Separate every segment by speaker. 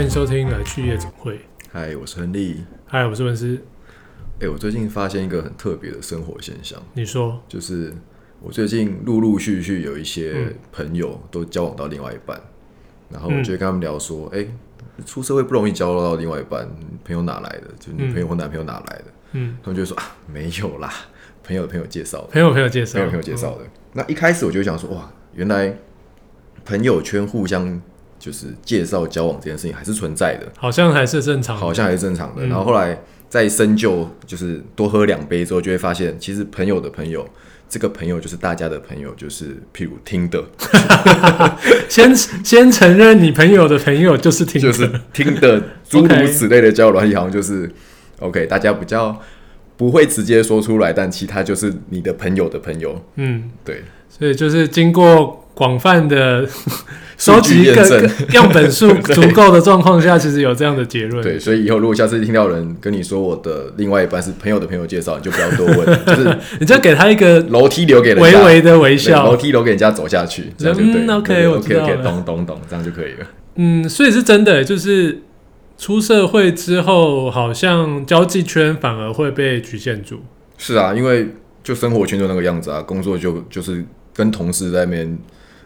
Speaker 1: 迎收听来去夜总会。
Speaker 2: 嗨，我是亨利。
Speaker 1: 嗨，我是文思。
Speaker 2: 哎、我最近发现一个很特别的生活现象，
Speaker 1: 你说
Speaker 2: 就是我最近陆陆续续有一些
Speaker 1: 嗯
Speaker 2: 朋友都交往到另外一半，然后我就会跟他们聊说，哎、出社会不容易交到另外一半，朋友哪来的？就女朋友或男朋友哪来的？
Speaker 1: 嗯，
Speaker 2: 他们就说啊，没有啦，朋友朋友介绍的，
Speaker 1: 朋友朋友介绍，
Speaker 2: 朋友朋友介绍的。
Speaker 1: 嗯
Speaker 2: 那一开始我就想说，哇，原来朋友圈互相就是介绍交往这件事情还是存在的。
Speaker 1: 好像还是正常的，
Speaker 2: 好像还是正常的。
Speaker 1: 嗯
Speaker 2: 然后后来再深究，就是多喝两杯之后，就会发现其实朋友的朋友，这个朋友就是大家的朋友，就是譬如听的，
Speaker 1: 先先承认你朋友的朋友就是听
Speaker 2: 就
Speaker 1: 的，
Speaker 2: 是听 的，诸如此类的交友软体，好像就是 OK，大家比较不会直接说出来，但其他就是你的朋友的朋友，
Speaker 1: 嗯，
Speaker 2: 对，
Speaker 1: 所以就是经过广泛的收
Speaker 2: 数据
Speaker 1: 集
Speaker 2: 验
Speaker 1: 各
Speaker 2: 证。
Speaker 1: 各样本数
Speaker 2: 对
Speaker 1: 足够的状况下，其实有这样的结论。
Speaker 2: 对，所以以后如果下次听到有人跟你说我的另外一半是朋友的朋友介绍，你就不要多问，就是
Speaker 1: 你就给他一个
Speaker 2: 楼梯留给人
Speaker 1: 微
Speaker 2: 家，
Speaker 1: 微的微
Speaker 2: 对楼
Speaker 1: 笑，
Speaker 2: 梯留给人家走下去，这样就对了。
Speaker 1: 嗯，OK，
Speaker 2: 对
Speaker 1: 我知
Speaker 2: ，OK
Speaker 1: 道
Speaker 2: OK，
Speaker 1: 了
Speaker 2: 懂懂懂，这样就可以了。
Speaker 1: 嗯，所以是真的，就是出社会之后，好像交际圈反而会被局限住。
Speaker 2: 是啊，因为就生活圈就那个样子啊，工作就就是跟同事在那边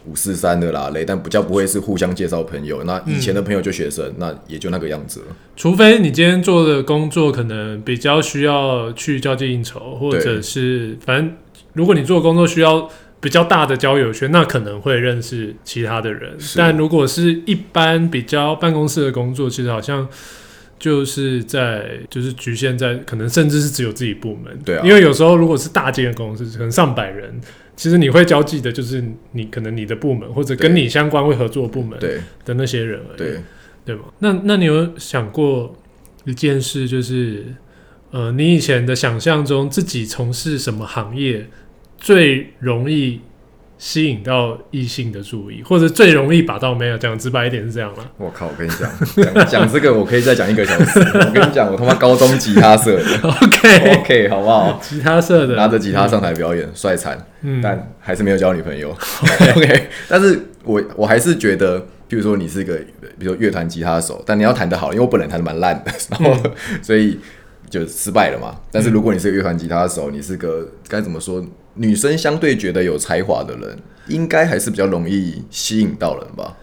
Speaker 2: 五四三的啦，雷，但比较不会是互相介绍朋友。那以
Speaker 1: 嗯
Speaker 2: 前的朋友就学生，那也就那个样子了。
Speaker 1: 除非你今天做的工作可能比较需要去交际应酬，或者是反正如果你做的工作需要比较大的交友圈，那可能会认识其他的人。
Speaker 2: 是
Speaker 1: 但如果是一般比较办公室的工作，其实好像就是在就是局限在可能甚至是只有自己部门。
Speaker 2: 对啊
Speaker 1: 因为有时候如果是大间的公司，可能上百人。其实你会交际的，就是你可能你的部门或者跟
Speaker 2: 对
Speaker 1: 你相关会合作的部门
Speaker 2: 对
Speaker 1: 的那些人而已。
Speaker 2: 对，
Speaker 1: 对吗？那那你有想过一件事，就是呃，你以前的想象中自己从事什么行业最容易吸引到异性的注意，或者最容易把到妹啊？讲直白一点是这样 吗？
Speaker 2: 我靠，我跟你讲，讲讲这个我可以再讲一个小时。我跟你讲，我他妈高中吉他社 的
Speaker 1: ？OK，
Speaker 2: ，OK 好不好？
Speaker 1: 吉他社的
Speaker 2: 哦拿着吉他，上台表演，帅惨。
Speaker 1: 啊嗯，
Speaker 2: 但还是没有交女 朋友。OK，但是我我还是觉得，比如说你是一个，比如说乐团吉他手，但你要弹得好，因为我本人弹得蛮烂的，然后、
Speaker 1: 嗯
Speaker 2: 所以就失败了嘛。但是如果你是个乐团吉他手，你是个该怎么说，女生相对觉得有才华的人，应该还是比较容易吸引到人吧。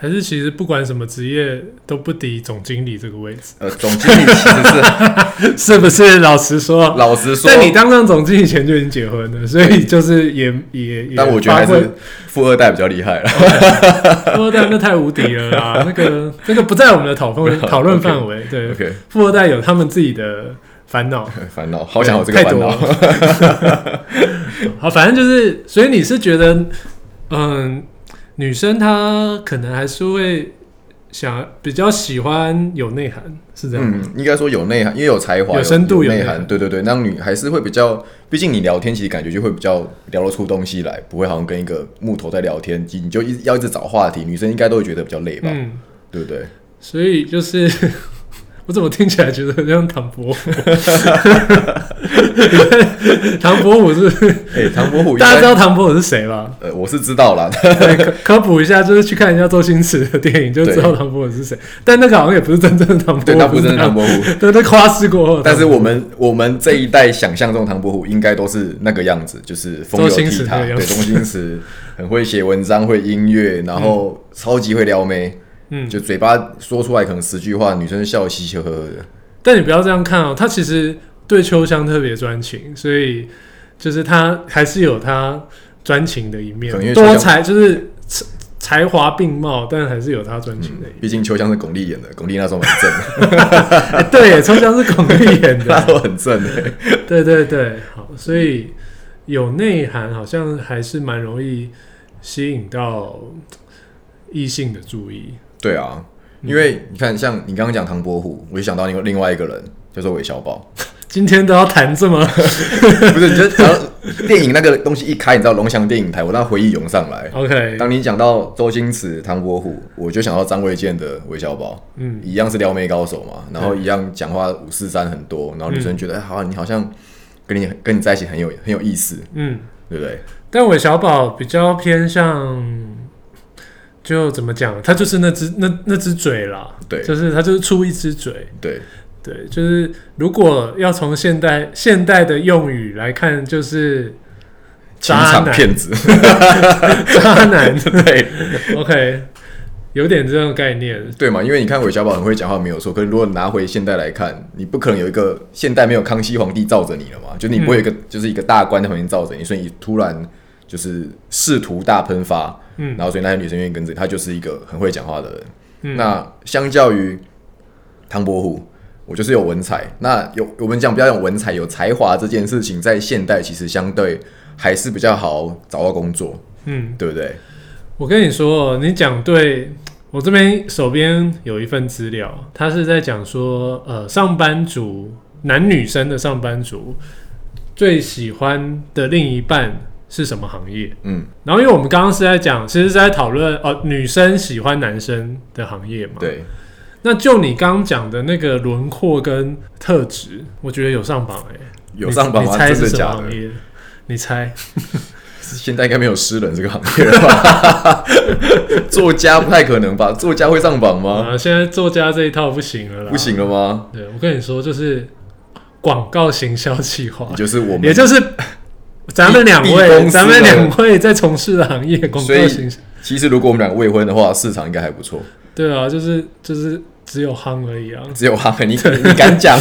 Speaker 1: 还是其实不管什么职业都不敌总经理这个位置，
Speaker 2: 呃，总经理其实 是
Speaker 1: 是不是？老实说。
Speaker 2: 老 实说，
Speaker 1: 在你当上总经理前就已经结婚了，所以就是也也也，
Speaker 2: 但我觉得还是富二代比较厉 害了。
Speaker 1: 富二代那太无敌了啦，那个那个不在我们的讨论讨论范围。对，
Speaker 2: OK，
Speaker 1: 富二代有他们自己的烦恼。
Speaker 2: 烦恼，好想有这个
Speaker 1: 太
Speaker 2: 烦
Speaker 1: 多
Speaker 2: 恼。
Speaker 1: 好，反正就是，所以你是觉得，嗯，女生她可能还是会想比较喜欢有内涵，是这样吗？
Speaker 2: 嗯，应该说有内涵，因为有才华、
Speaker 1: 有深度
Speaker 2: 有
Speaker 1: 有内
Speaker 2: 内
Speaker 1: 涵
Speaker 2: 涵。对对对，那你还是会比较，毕竟你聊天其实感觉就会比较聊得出东西来，不会好像跟一个木头在聊天，你就一直要一直找话题。女生应该都会觉得比较累吧，
Speaker 1: 嗯，
Speaker 2: 对不对？
Speaker 1: 所以就是。 我怎么听起来觉得很像唐伯 虎？ 唐伯虎是
Speaker 2: 哎、唐伯虎应该，
Speaker 1: 大家知道唐伯虎是谁吧？
Speaker 2: 呃，我是知 道啦，
Speaker 1: 对，科科普一下，就是去看一下周星驰的电影，就知道唐伯虎是谁。但那个好像也不是真正的唐伯虎，
Speaker 2: 对，他不是真的唐
Speaker 1: 伯
Speaker 2: 伯虎，
Speaker 1: 虎， 对，那夸饰过后的
Speaker 2: 但
Speaker 1: 唐
Speaker 2: 是我们我们这一代想象中的唐伯虎应该都是那个样子，就是风流
Speaker 1: 周星驰
Speaker 2: 倜傥，
Speaker 1: 那个
Speaker 2: 对，
Speaker 1: 样子
Speaker 2: 周 星驰很会写文章，会音乐，然后超级会撩妹，
Speaker 1: 嗯
Speaker 2: 就嘴巴说出来可能十句话，女生笑嘻嘻呵呵的。
Speaker 1: 但你不要这样看哦，他其实对秋香特别专情，所以就是他还是有他专情的一面
Speaker 2: 可能因，为秋
Speaker 1: 多
Speaker 2: 香
Speaker 1: 才就是才才华并茂，但还是有他专情的一 面。
Speaker 2: 毕竟秋香是巩俐演的，巩俐那时候很正，
Speaker 1: 哎对耶，秋香是巩俐演
Speaker 2: 那
Speaker 1: 的，
Speaker 2: 时候很正 欸
Speaker 1: 对对对，好，所以有内涵好像还是蛮容易吸引到异性的注意。
Speaker 2: 对啊，
Speaker 1: 嗯
Speaker 2: 因为你看，像你刚刚讲唐伯虎，我就想到另另外一个人，叫做韦 小宝。
Speaker 1: 今天都要谈这么，。
Speaker 2: 不是，你就讲到电影那个东西一开，你知道龙翔电影台，我那回忆涌上来
Speaker 1: OK，
Speaker 2: 当你讲到周星驰、唐伯虎，我就想到张卫健的韦小宝，
Speaker 1: 嗯，
Speaker 2: 一样是撩妹高手嘛，然后一样讲话五四三很多，然后女生觉得，
Speaker 1: 嗯
Speaker 2: 哎，好啊，你好像跟你跟你在一起很有很有意思，
Speaker 1: 嗯，
Speaker 2: 对不对？
Speaker 1: 但韦小宝比较偏向，就怎么讲，他就是那只那那只嘴啦，
Speaker 2: 对
Speaker 1: 就是他就是出一只嘴，
Speaker 2: 对，
Speaker 1: 对，就是如果要从现代现代的用语来看，就是
Speaker 2: 情
Speaker 1: 渣男
Speaker 2: 场骗子，
Speaker 1: 渣男
Speaker 2: 对
Speaker 1: ，OK，有点这种概念，
Speaker 2: 对嘛？因为你看韦小宝很会讲话，没有错。可是如果拿回现代来看，你不可能有一个现代没有康熙皇帝罩着你了嘛？就你不会有一个、
Speaker 1: 嗯
Speaker 2: 就是一个大官在旁边罩着你，所以你突然就是仕途大喷发，
Speaker 1: 嗯
Speaker 2: 然后所以那些女生愿意跟着你，他就是一个很会讲话的人。
Speaker 1: 嗯
Speaker 2: 那相较于唐伯虎，我就是有文采。那有我们讲不要用文采，有才华这件事情，在现代其实相对还是比较好找到工作，
Speaker 1: 嗯，
Speaker 2: 对不对？
Speaker 1: 我跟你说哦，你讲对，我这边手边有一份资料，他是在讲说，呃，上班族男女生的上班族最喜欢的另一半是什么行业？
Speaker 2: 嗯，
Speaker 1: 然后，因为我们刚刚是在讲，其实是在讨论哦，女生喜欢男生的行业嘛。。
Speaker 2: 对，
Speaker 1: 那就你刚刚讲的那个轮廓跟特质，我觉得有上榜哎、
Speaker 2: 有上榜
Speaker 1: 你
Speaker 2: 吗？
Speaker 1: 你猜
Speaker 2: 真
Speaker 1: 是
Speaker 2: 的
Speaker 1: 什么
Speaker 2: 假的
Speaker 1: 行？业？你猜？
Speaker 2: 现在应该没有诗人这个行业了吧？作家不太可能吧？作家会上榜吗？
Speaker 1: 啊，现在作家这一套不行了啦。
Speaker 2: 不。行了吗？
Speaker 1: 对，我跟你说，就是广告行销企划
Speaker 2: 你，就是我
Speaker 1: 也
Speaker 2: 们，
Speaker 1: 就是咱们两
Speaker 2: 一公司
Speaker 1: 位，
Speaker 2: 的
Speaker 1: 咱们两位在从事的行业，广
Speaker 2: 所
Speaker 1: 告
Speaker 2: 以
Speaker 1: 行销。
Speaker 2: 其实如果我们两个未婚的话，市场应该还不错。
Speaker 1: 对啊，就是就是只有夯而已啊。
Speaker 2: 只有他 们，你你敢讲？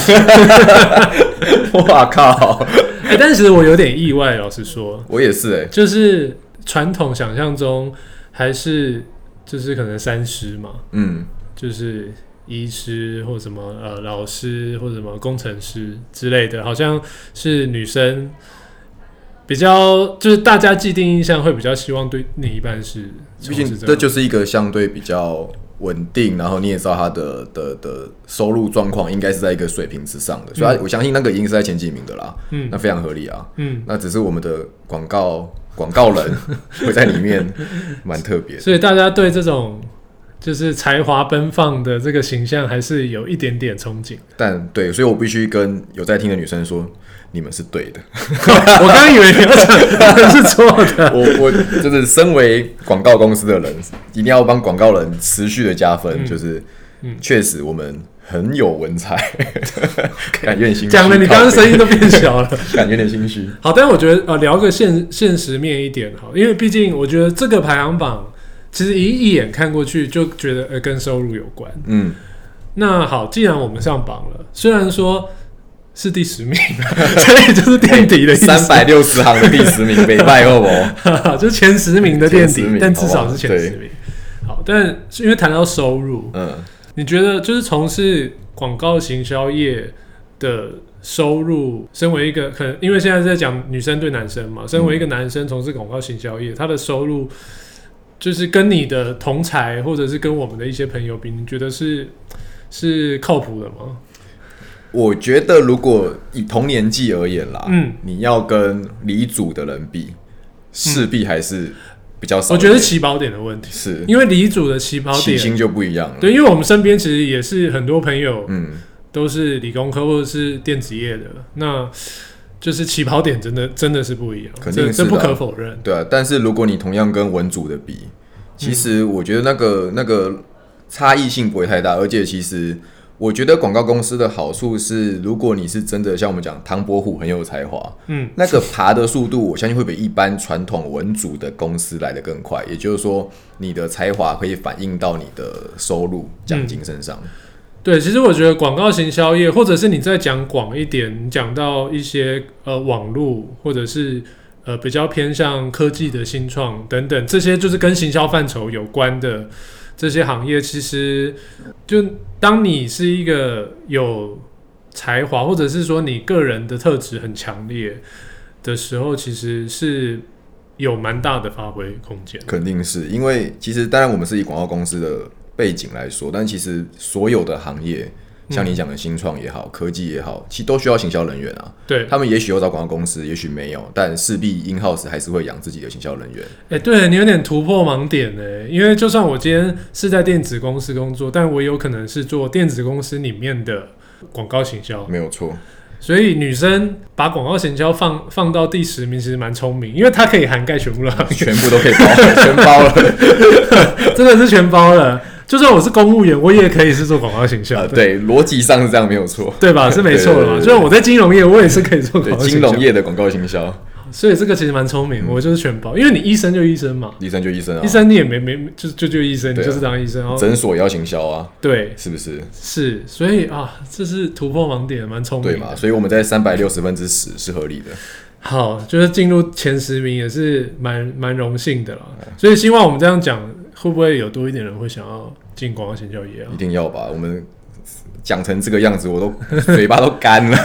Speaker 2: 哇靠！
Speaker 1: 哎、但是其实我有点意外，老实说，
Speaker 2: 我也是哎、
Speaker 1: 就是传统想象中还是就是可能三师嘛，
Speaker 2: 嗯，
Speaker 1: 就是医师或什么呃老师或什么工程师之类的，好像是女生比较就是大家既定印象会比较希望对另一半是
Speaker 2: 毕
Speaker 1: 从
Speaker 2: 竟
Speaker 1: 事
Speaker 2: 这
Speaker 1: 种
Speaker 2: 就是一个相对比较稳定，然后你也知道他的的的收入状况应该是在一个水平之上的，所以他我相信那个已经是在前几名的啦，
Speaker 1: 嗯
Speaker 2: 那非常合理啊。
Speaker 1: 嗯，
Speaker 2: 那只是我们的广告广告人 会在里面，蛮特别的。
Speaker 1: 所以大家对这种。就是才华奔放的这个形象，还是有一点点憧 憬。
Speaker 2: 但对，所以我必须跟有在听的女生说，你们是对的。
Speaker 1: 我刚以为你要讲是错的，
Speaker 2: 我我就是身为广告公司的人，一定要帮广告人持续的加分，就是确实我们很有文 采，感觉很心虚
Speaker 1: 讲的你刚刚声音都变小了。
Speaker 2: 感觉有点心虚。
Speaker 1: 好，但我觉得呃，聊个现现实面一点好，因为毕竟我觉得这个排行榜其实一一眼看过去就觉得呃跟收入有关。
Speaker 2: 嗯，
Speaker 1: 那好，既然我们上榜了，虽然说是第十名， 所以就是垫底的意思，
Speaker 2: 三百六十行的第十名，北拜后不好？哦
Speaker 1: 就是前十名的垫
Speaker 2: 前
Speaker 1: 底
Speaker 2: 十名，
Speaker 1: 但至
Speaker 2: 好
Speaker 1: 少
Speaker 2: 吧
Speaker 1: 是前
Speaker 2: 对
Speaker 1: 十名。好，但是因为谈到收入，
Speaker 2: 嗯，
Speaker 1: 你觉得就是从事广告行销业的收入，身为一个可能，因为现在是在讲女生对男生嘛，身为一个男生从事广告行销业，他的收入就是跟你的同才或者是跟我们的一些朋友比，你觉得是是靠谱的吗？
Speaker 2: 我觉得如果以同年纪而言啦，
Speaker 1: 嗯
Speaker 2: 你要跟离组的人比，势必还是比较少
Speaker 1: 我
Speaker 2: 一
Speaker 1: 觉
Speaker 2: 点。
Speaker 1: 得起跑点的问题，
Speaker 2: 是
Speaker 1: 因为离组的起跑
Speaker 2: 起
Speaker 1: 点，
Speaker 2: 薪就不一样了。
Speaker 1: 对，因为我们身边其实也是很多朋友
Speaker 2: 嗯，
Speaker 1: 都是理工科或者是电子业的，那就是起跑点真的真的是不一样，
Speaker 2: 肯定
Speaker 1: 这
Speaker 2: 是
Speaker 1: 这不
Speaker 2: 的啊
Speaker 1: 可否认。
Speaker 2: 对啊。但是如果你同样跟文组的比，其实我觉得那个那个差异性不会太大，而且其实。我觉得广告公司的好处是，如果你是真的像我们讲唐伯虎很有才华，
Speaker 1: 嗯，
Speaker 2: 那个爬的速度，我相信会比一般传统文组的公司来的更快。也就是说，你的才华可以反映到你的收入奖金身上。
Speaker 1: 对，其实我觉得广告行销业，或者是你再讲广一点，你讲到一些呃网络，或者是呃比较偏向科技的新创等等，这些就是跟行销范畴有关的这些行业，其实就当你是一个有才华，或者是说你个人的特质很强烈的时候，其实是有蛮大的发挥空间。
Speaker 2: 肯定是因为，其实当然我们是以广告公司的背景来说，但其实所有的行业，像你讲的新创也好，科技也好，其实都需要行销人员啊。
Speaker 1: 对，
Speaker 2: 他们也许有找广告公司，也许没有，但势必 in house 还是会养自己的行销人员。
Speaker 1: 哎、对你有点突破盲点呢、因为就算我今天是在电子公司工作，但我有可能是做电子公司里面的广告行销，
Speaker 2: 没有错，
Speaker 1: 所以女生把广告行销放放到第十名，其实蛮聪明，因为它可以涵盖全部的行业，
Speaker 2: 全部都可以包，全包了。
Speaker 1: 真的是全包了。就算我是公务员，我也可以是做广告形象
Speaker 2: 呃，
Speaker 1: 的，
Speaker 2: 对，逻辑上是这样没有错。
Speaker 1: 对吧？是没错的
Speaker 2: 对对
Speaker 1: 嘛。
Speaker 2: 对
Speaker 1: 就算我在金融业，我也是可以做
Speaker 2: 对
Speaker 1: 广，告
Speaker 2: 金
Speaker 1: 形
Speaker 2: 融
Speaker 1: 象。
Speaker 2: 业的广告行销，
Speaker 1: 所以这个其实蛮聪明，我就是全包，因为你医生就医生嘛，
Speaker 2: 医生就医生啊
Speaker 1: 医，生你哦也没没就就就医生，你
Speaker 2: 对啊
Speaker 1: 就是当医生。然后
Speaker 2: 诊所也要行销啊，
Speaker 1: 对，
Speaker 2: 是不是？
Speaker 1: 是，所以啊，这是突破盲点，蛮聪明
Speaker 2: 对
Speaker 1: 的。
Speaker 2: 嘛？所以我们在三百六十分之十是合理的。
Speaker 1: 好，就是进入前十名也是蛮蛮荣幸的啦。所以希望我们这样讲，会不会有多一点人会想要进广告行销业啊
Speaker 2: 一？定要吧？我们讲成这个样子，我都嘴巴都干了。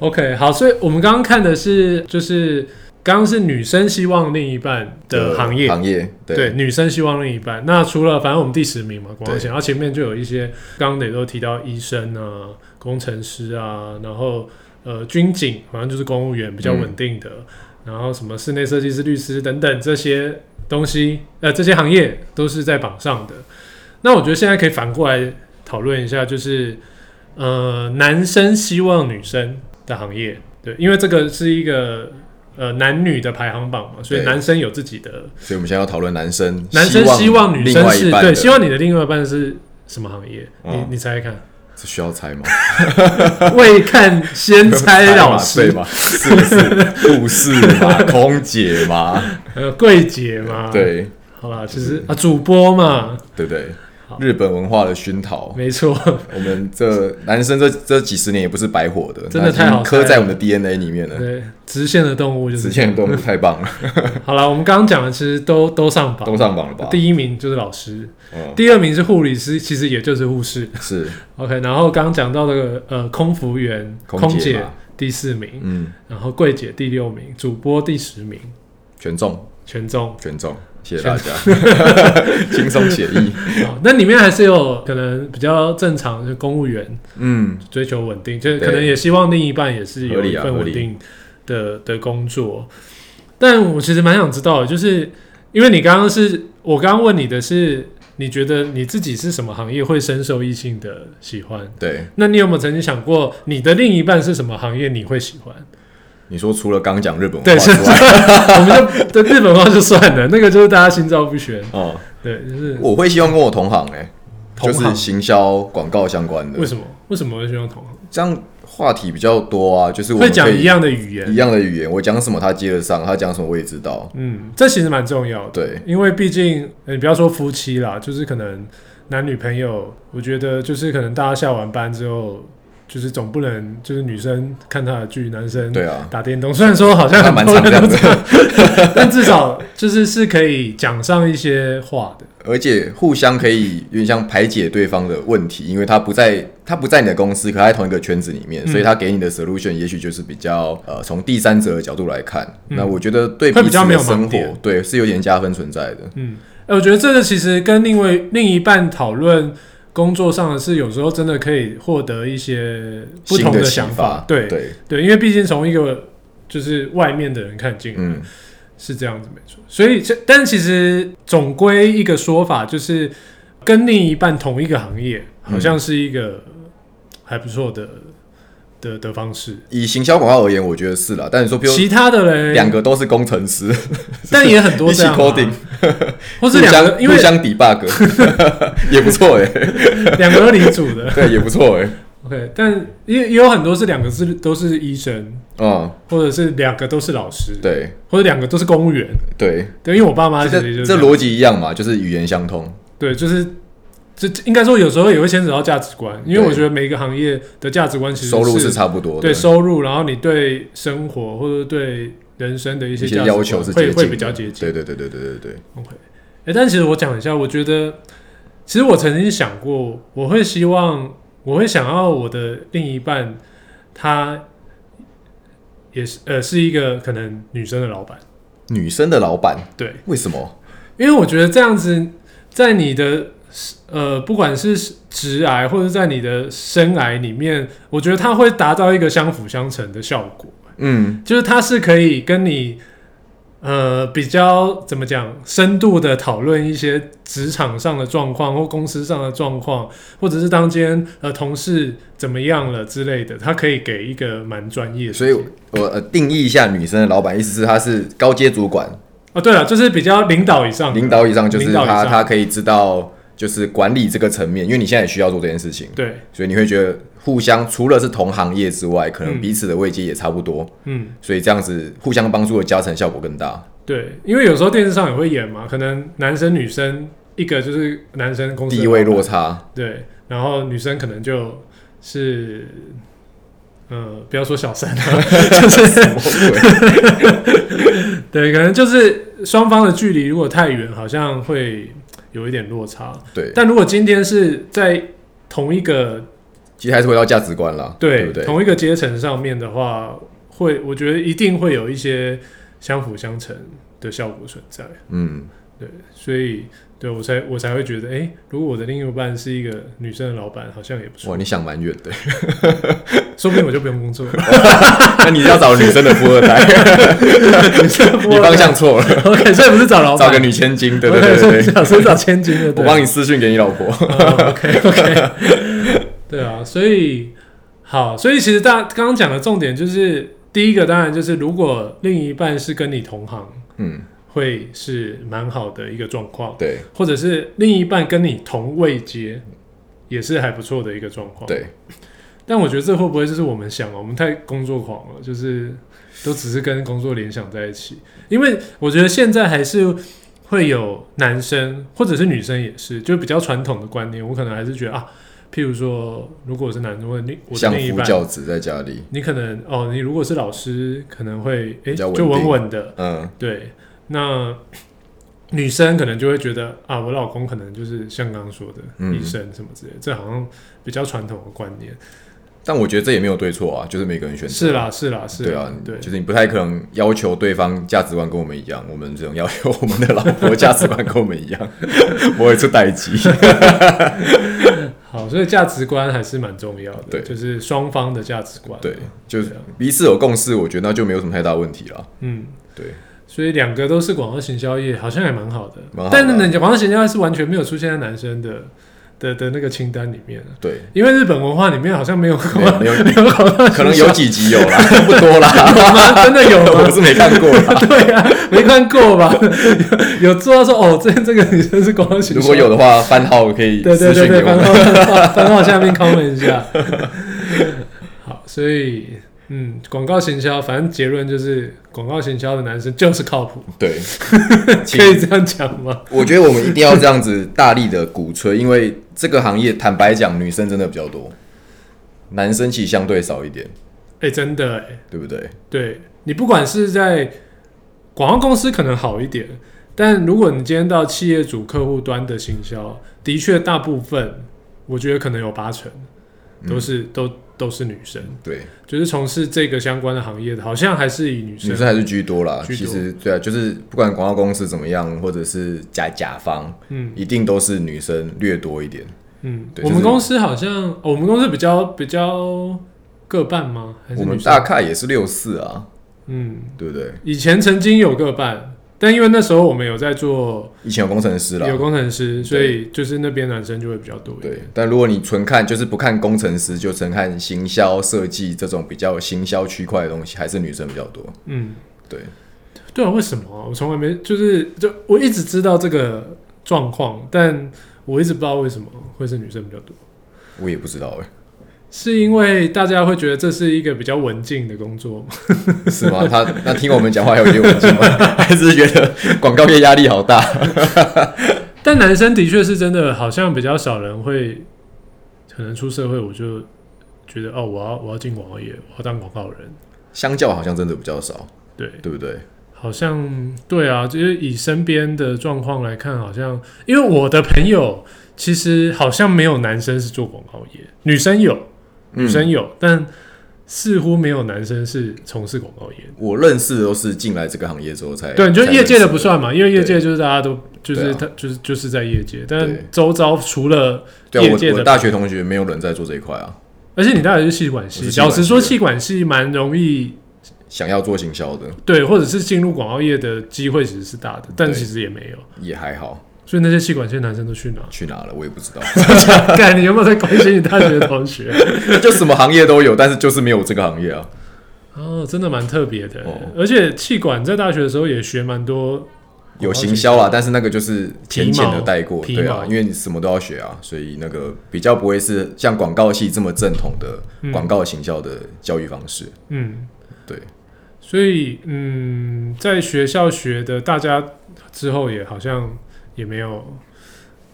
Speaker 1: OK，好，所以我们刚刚看的是，就是刚刚是女生希望另一半的行业，
Speaker 2: 行业对
Speaker 1: 对，女生希望另一半。那除了反正我们第十名嘛，广告
Speaker 2: 对
Speaker 1: 险，然后前面就有一些，刚刚也都提到医生啊、工程师啊，然后呃军警，好像就是公务员比较稳定
Speaker 2: 嗯
Speaker 1: 的，然后什么室内设计师、律师等等这些东西，呃，这些行业都是在榜上的。那我觉得现在可以反过来讨论一下，就是呃，男生希望女生的行业，对，因为这个是一个呃男女的排行榜嘛，所以
Speaker 2: 对
Speaker 1: 男生有自己的。
Speaker 2: 所以我们现在要讨论男生，
Speaker 1: 男生希望女
Speaker 2: 另
Speaker 1: 生
Speaker 2: 外
Speaker 1: 是
Speaker 2: 一半
Speaker 1: 对，
Speaker 2: 的
Speaker 1: 希望你的另外一半是什么行业？
Speaker 2: 嗯
Speaker 1: 你你猜猜看，
Speaker 2: 这需要猜吗？
Speaker 1: 未看先 猜老
Speaker 2: 对
Speaker 1: 师，
Speaker 2: 嘛？是不是护士嘛？空姐 嘛？
Speaker 1: 呃，柜姐嘛，，
Speaker 2: 对
Speaker 1: 好啦，其实啊，主播嘛，
Speaker 2: 对不对
Speaker 1: 好？
Speaker 2: 日本文化的熏陶，
Speaker 1: 没错，
Speaker 2: 我们这男生这这几十年也不是白活的，
Speaker 1: 真的太好
Speaker 2: 那已经刻
Speaker 1: 猜
Speaker 2: 在
Speaker 1: 了
Speaker 2: 我们的 DNA 里面了。
Speaker 1: 对，直线的动物就
Speaker 2: 直
Speaker 1: 是。
Speaker 2: 线动物太棒了，
Speaker 1: 好了，我们刚刚讲的其实都都上榜
Speaker 2: 都，上榜了吧？
Speaker 1: 第一名就是老师，
Speaker 2: 嗯，
Speaker 1: 第二名是护理师，其实也就是护士。
Speaker 2: 是
Speaker 1: OK，然后刚刚讲到那个呃，空服员、
Speaker 2: 空
Speaker 1: 空
Speaker 2: 姐
Speaker 1: 姐
Speaker 2: 嘛
Speaker 1: 第四名，
Speaker 2: 嗯，
Speaker 1: 然后柜姐第六名，主播第十名，
Speaker 2: 全中
Speaker 1: 全中。
Speaker 2: 全中，谢谢大家， 轻松写意。
Speaker 1: 哦那里面还是有可能比较正常，就公务员
Speaker 2: 嗯，
Speaker 1: 追求稳定，就是
Speaker 2: 对
Speaker 1: 可能也希望另一半也是有
Speaker 2: 合理
Speaker 1: 一
Speaker 2: 啊
Speaker 1: 份
Speaker 2: 合
Speaker 1: 稳
Speaker 2: 理
Speaker 1: 定的、的工作。但我其实蛮想知道的，就是因为你刚刚是我刚刚问你的是，你觉得你自己是什么行业会深受异性的喜欢？
Speaker 2: 对，
Speaker 1: 那你有没有曾经想过，你的另一半是什么行业你会喜欢？
Speaker 2: 你说除了刚讲日本文
Speaker 1: 对，
Speaker 2: 化
Speaker 1: 是，
Speaker 2: 之外，
Speaker 1: 我们就对日本话就算了，那个就是大家心照不宣。
Speaker 2: 哦，
Speaker 1: 对，就是
Speaker 2: 我会希望跟我同行哎、
Speaker 1: 同
Speaker 2: 就是
Speaker 1: 行
Speaker 2: 行销广告相关的
Speaker 1: 为，什么？为什么会希望同行？
Speaker 2: 这样话题比较多啊，就是我
Speaker 1: 会
Speaker 2: 们
Speaker 1: 讲
Speaker 2: 可以
Speaker 1: 一样的语言
Speaker 2: 一，样的语言，我讲什么他接得上，他讲什么我也知道。
Speaker 1: 嗯，这其实蛮重要的，
Speaker 2: 对，
Speaker 1: 因为毕竟呃你不要说夫妻啦，就是可能男女朋友，我觉得就是可能大家下完班之后，就是总不能就是女生看她的剧，男生
Speaker 2: 对 啊
Speaker 1: 打电动，虽然说好像
Speaker 2: 那
Speaker 1: 很
Speaker 2: 蛮
Speaker 1: 多
Speaker 2: 常这
Speaker 1: 人
Speaker 2: 样
Speaker 1: 都
Speaker 2: 的
Speaker 1: 这样，但至少就是是可以讲上一些话的，
Speaker 2: 而且互相可以有点像排解对方的问题，因为他不在他不在你的公司，可他在同一个圈子里
Speaker 1: 嗯
Speaker 2: 面，所以他给你的 solution 也许就是比较呃从第三者的角度来看，那我觉得对
Speaker 1: 嗯会
Speaker 2: 彼
Speaker 1: 比
Speaker 2: 此
Speaker 1: 较没
Speaker 2: 的
Speaker 1: 有盲
Speaker 2: 生
Speaker 1: 点
Speaker 2: 活对是有点加分存在的。
Speaker 1: 嗯，哎，我觉得这个其实跟另外另一半讨论。工作上的事，有时候真的可以获得一些不
Speaker 2: 新
Speaker 1: 同
Speaker 2: 的启
Speaker 1: 想
Speaker 2: 发，
Speaker 1: 对
Speaker 2: 对，
Speaker 1: 对，因为毕竟从一个就是外面的人看进来，
Speaker 2: 嗯，
Speaker 1: 是这样子没错。所以，这但其实总归一个说法就是，跟另一半同一个行业，好像是一个还不错的的的方式。
Speaker 2: 以行销广告而言，我觉得是啦。但你说，比如
Speaker 1: 其他的人
Speaker 2: 两，个都是工程师，
Speaker 1: 但也很多
Speaker 2: 一起
Speaker 1: 这样、啊，
Speaker 2: coding，
Speaker 1: 或
Speaker 2: 互
Speaker 1: 是两个，
Speaker 2: 相
Speaker 1: 因
Speaker 2: 互
Speaker 1: 为
Speaker 2: 相 debug，也 不错哎、
Speaker 1: 两个都离组的。
Speaker 2: 对，也不错哎、
Speaker 1: OK，但也也有很多是两个是都是医生，
Speaker 2: 嗯，
Speaker 1: 或者是两个都是老师，，
Speaker 2: 对
Speaker 1: 或者两个都是公务员。
Speaker 2: 对，
Speaker 1: 对，因为我爸妈其实
Speaker 2: 这
Speaker 1: 就是
Speaker 2: 这
Speaker 1: 样
Speaker 2: 逻辑一样嘛，就是语言相通，
Speaker 1: 对，就是这这应该说有时候也会牵扯到价值观，因为
Speaker 2: 对
Speaker 1: 我觉得每一个行业的价值观其实
Speaker 2: 收入
Speaker 1: 是
Speaker 2: 是差不多的，
Speaker 1: 对收入，然后你对生活或者对人生的一些价值
Speaker 2: 一些
Speaker 1: 观
Speaker 2: 要求是接
Speaker 1: 会
Speaker 2: 近
Speaker 1: 会
Speaker 2: 的
Speaker 1: 比较接近。
Speaker 2: 对对对对对对对，
Speaker 1: OK，哎、但其实我讲一下，我觉得其实我曾经想过，我会希望我会想要我的另一半他也是呃是一个可能女生的老板，
Speaker 2: 女生的老板
Speaker 1: 对，
Speaker 2: 为什么？
Speaker 1: 因为我觉得这样子，在你的呃，不管是直癌或者在你的生癌里面，我觉得它会达到一个相辅相成的效果，
Speaker 2: 嗯，
Speaker 1: 就是它是可以跟你呃比较怎么讲深度的讨论一些职场上的状况或公司上的状况，或者是当间呃同事怎么样了之类的，它可以给一个蛮专业的建
Speaker 2: 所
Speaker 1: 议，
Speaker 2: 以我呃定义一下女生的老板，意思是她是高阶主管，
Speaker 1: 哦，对了，就是比较领导以上的，
Speaker 2: 领导以上就是
Speaker 1: 嗯领导以
Speaker 2: 他
Speaker 1: 上
Speaker 2: 他可以知道就是管理这个层面，因为你现在也需要做这件事情，
Speaker 1: 对，
Speaker 2: 所以你会觉得互相除了是同行业之外，可能
Speaker 1: 嗯
Speaker 2: 彼此的位阶也差不多，
Speaker 1: 嗯，
Speaker 2: 所以这样子互相帮助的加成效果更大。
Speaker 1: 对，因为有时候电视上也会演嘛，可能男生女生一个就是男生公司的
Speaker 2: 地位
Speaker 1: 老板
Speaker 2: 落差，
Speaker 1: 对，然后女生可能就是，呃，不要说小三 了，对，可能就是双方的距离如果太远，好像会有一点落差。
Speaker 2: 对，
Speaker 1: 但如果今天是在同一个
Speaker 2: 其实还是回到价值观啦，对
Speaker 1: 对
Speaker 2: 不对？
Speaker 1: 同一个阶层上面的话，会我觉得一定会有一些相辅相成的效果存在。
Speaker 2: 嗯，
Speaker 1: 对，所以对我才我才会觉得，哎、如果我的另一半是一个女生的老板，好像也不
Speaker 2: 哇，
Speaker 1: 错，
Speaker 2: 你想蛮远的，
Speaker 1: 说不定我就不用工作了。
Speaker 2: 那你要找女生的富二代，你方向错了，
Speaker 1: OK，所以不是找老板，
Speaker 2: 找个女千金，对
Speaker 1: OK，
Speaker 2: 对
Speaker 1: 所以
Speaker 2: 对
Speaker 1: 不是
Speaker 2: 对
Speaker 1: 找，所以找千金的，
Speaker 2: 对，我
Speaker 1: 对。
Speaker 2: 帮你私讯给你老婆，
Speaker 1: OK OK，对 啊，所以好，所以其实大刚刚讲的重点就是，第一个当然就是，如果另一半是跟你同行，
Speaker 2: 嗯，
Speaker 1: 会是蛮好的一个状况，
Speaker 2: 对
Speaker 1: 或者是另一半跟你同位阶，也是还不错的一个状况。，
Speaker 2: 对，
Speaker 1: 但我觉得这会不会就是我们想，我们太工作狂了，就是都只是跟工作联想在一起。因为我觉得现在还是会有男生或者是女生也是，就比较传统的观念，我可能还是觉得啊，譬如说，如果我是男生，我的另我的
Speaker 2: 相
Speaker 1: 另一
Speaker 2: 夫
Speaker 1: 半，
Speaker 2: 教子在家里，
Speaker 1: 你可能哦，你如果是老师，可能会诶、
Speaker 2: 比较稳
Speaker 1: 就稳
Speaker 2: 定
Speaker 1: 稳的，
Speaker 2: 嗯，
Speaker 1: 对，那女生可能就会觉得啊，我老公可能就是像刚刚说的、
Speaker 2: 嗯
Speaker 1: 医生什么之类的，这好像比较传统的观念。
Speaker 2: 但我觉得这也没有对错啊，就是每个人选择，
Speaker 1: 是啦，是啦，是
Speaker 2: 对
Speaker 1: 啦
Speaker 2: 啊，
Speaker 1: 对，
Speaker 2: 就是你不太可能要求对方价值观跟我们一样，我们只能要求我们的老婆价值观跟我们一样， 不会出代 机。
Speaker 1: 好，所以价值观还是蛮重要的，
Speaker 2: 对
Speaker 1: 就是双方的价值观，
Speaker 2: 对，就是
Speaker 1: 对啊
Speaker 2: 彼此有共识，我觉得那就没有什么太大问题了。
Speaker 1: 嗯，
Speaker 2: 对，
Speaker 1: 所以两个都是广告行销业，好像也蛮好的，
Speaker 2: 蛮好的啊
Speaker 1: 但是呢，广告行销业是完全没有出现在男生的的的那个清单里面的。啊
Speaker 2: 对，
Speaker 1: 因为日本文化里面好 像没有广告，
Speaker 2: 没 有没有，
Speaker 1: 没有广告行销
Speaker 2: 可能有几集有啦，不 多啦，
Speaker 1: 有吗？真的有吗？
Speaker 2: 我是没看过啦。
Speaker 1: 对啊，没看过吧？有有做到说哦，这这个女生是广告学
Speaker 2: 如果有的话，番号可以
Speaker 1: 对对
Speaker 2: 私
Speaker 1: 对
Speaker 2: 信
Speaker 1: 对，
Speaker 2: 给我
Speaker 1: 番
Speaker 2: 们。
Speaker 1: 号 番番号下面 comment 一下。 好，所以嗯，广告行销，反正结论就是广告行销的男生就是靠谱，
Speaker 2: 对，
Speaker 1: 可以
Speaker 2: 请
Speaker 1: 这样讲吗？
Speaker 2: 我觉得我们一定要这样子 大力的鼓吹，因为这个行业坦白讲，女生真的比较多，男生其实相对少一点，
Speaker 1: 哎、真的哎、
Speaker 2: 对不对？
Speaker 1: 对你不管是在广告公司可能好一点，但如果你今天到企业主客户端的行销，的确大部分我觉得可能有八成
Speaker 2: 嗯
Speaker 1: 都是、都都是女生，
Speaker 2: 对，
Speaker 1: 就是从事这个相关的行业的，好像还是以女生
Speaker 2: 女生还是居多啦。
Speaker 1: 居
Speaker 2: 其
Speaker 1: 多
Speaker 2: 实对啊，就是不管广告公司怎么样，或者是甲甲方，
Speaker 1: 嗯
Speaker 2: 一定都是女生略多一点。
Speaker 1: 嗯，
Speaker 2: 对
Speaker 1: 我
Speaker 2: 就
Speaker 1: 们
Speaker 2: 是
Speaker 1: 公司好像、哦我们公司比较比较各半吗？还是
Speaker 2: 我们
Speaker 1: 女生
Speaker 2: 大概也是六四啊，
Speaker 1: 嗯，
Speaker 2: 对不对？
Speaker 1: 以前曾经有各半，但因为那时候我们有在做
Speaker 2: 以前有工程师啦，
Speaker 1: 有工程师，所以就是那边男生就会比较多一点。
Speaker 2: 对，但如果你纯看就是不看工程师，就纯看行销设计这种比较行销区块的东西，还是女生比较多。
Speaker 1: 嗯，
Speaker 2: 对，
Speaker 1: 对啊，为什么啊、我从来没就是就我一直知道这个状况，但我一直不知道为什么会是女生比较多，
Speaker 2: 我也不知道哎、
Speaker 1: 是因为大家会觉得这是一个比较文静的工作吗？
Speaker 2: 是吗？他那听我们讲话还有觉得我们吗？还是觉得广告业压力好大？
Speaker 1: 但男生的确是真的，好像比较少人会，可能出社会我就觉得哦，我要我要进广告业，我要当广告人。
Speaker 2: 相较好像真的比较少，
Speaker 1: 对，
Speaker 2: 对不对？
Speaker 1: 好像对啊，就是以身边的状况来看，好像因为我的朋友其实好像没有男生是做广告业，女生有，
Speaker 2: 嗯
Speaker 1: 女生有，但似乎没有男生是从事广告业。
Speaker 2: 我认识的都是进来这个行业之后才
Speaker 1: 对，你就
Speaker 2: 才
Speaker 1: 业界的
Speaker 2: 认识
Speaker 1: 不算嘛，因为业界
Speaker 2: 对
Speaker 1: 就是大家都就是
Speaker 2: 对啊
Speaker 1: 他、就是就是在业界，但
Speaker 2: 对
Speaker 1: 周遭除了
Speaker 2: 对啊
Speaker 1: 业界
Speaker 2: 我
Speaker 1: 的
Speaker 2: 我大学同学没有人在做这一块啊，
Speaker 1: 而且你大学是气管系，老
Speaker 2: 我是气管系啊
Speaker 1: 实说，气管系蛮容易
Speaker 2: 想要做行销的
Speaker 1: 对，或者是进入广告业的机会其实是大的，但
Speaker 2: 对
Speaker 1: 其实也没有。
Speaker 2: 也还好，？
Speaker 1: 所以那些气管系的男生都去哪
Speaker 2: 去哪了我也不知道，
Speaker 1: 干，你有没有在关心你大学的同学？
Speaker 2: 就什么行业都有，但是就是没有这个行业啊。
Speaker 1: 哦，真的蛮特别的、
Speaker 2: 哦
Speaker 1: 而且气管在大学的时候也学蛮多
Speaker 2: 有行销啊啦，但是那个就是浅浅的带过，
Speaker 1: 皮毛
Speaker 2: 对啊
Speaker 1: 皮毛，
Speaker 2: 因为你什么都要学啊，所以那个比较不会是像广告系这么正统的广告行销的教育方式。
Speaker 1: 嗯，
Speaker 2: 对。
Speaker 1: 所以，嗯，在学校学的，大家之后也好像也没有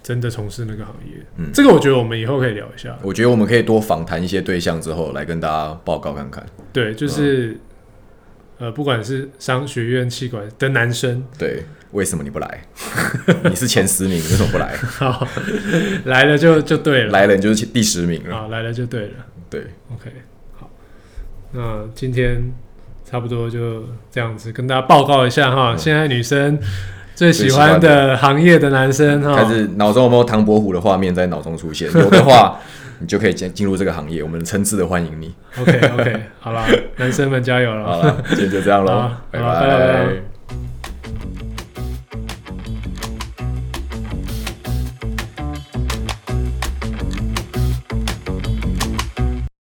Speaker 1: 真的从事那个行业。
Speaker 2: 嗯
Speaker 1: 这个我觉得我们以后可以聊一下。
Speaker 2: 我觉得我们可以多访谈一些对象之后，来跟大家报告看看。
Speaker 1: 对，就是、呃，不管是商学院、气管的男生，
Speaker 2: 对，为什么你不来？ 你是前十名，你为什么不 来？
Speaker 1: 好来了就就对了，
Speaker 2: 来了你就是第十名了。
Speaker 1: 啊，来了就对了。
Speaker 2: 对，
Speaker 1: OK，好，那今天差不多就这样子跟大家报告一下哈，现在女生嗯最喜欢的行业的男生哈
Speaker 2: 开，始脑中有没有唐伯虎的画面在脑中 出现？有的话，你就可以进进入这个行业，我们诚挚的欢迎你。
Speaker 1: OK OK，好啦，男生们加油了
Speaker 2: 好。了，今天就这样
Speaker 1: 好
Speaker 2: 喽
Speaker 1: 啊，
Speaker 2: 拜
Speaker 1: 好啊拜拜
Speaker 2: 拜。